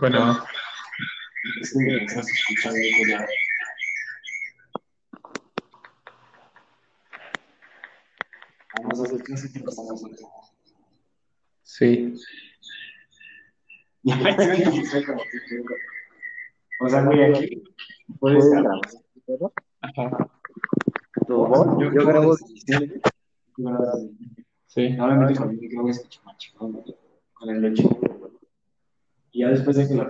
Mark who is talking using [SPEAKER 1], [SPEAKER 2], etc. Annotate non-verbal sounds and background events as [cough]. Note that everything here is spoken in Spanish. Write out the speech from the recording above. [SPEAKER 1] Bueno,
[SPEAKER 2] Sí, que estás escuchando, cuidado. Vamos a hacer clase que pasamos el [laughs] tiempo.
[SPEAKER 1] sí.
[SPEAKER 2] O sea, güey, aquí puedes grabar.
[SPEAKER 1] Ajá,
[SPEAKER 2] tu voz.
[SPEAKER 3] Yo grabo
[SPEAKER 2] Sí, tú grabas.
[SPEAKER 1] sí.
[SPEAKER 2] Ahora me meto con el micrófono, escucho más chingón, güey, con el de chico, güey. Y ya después de que lo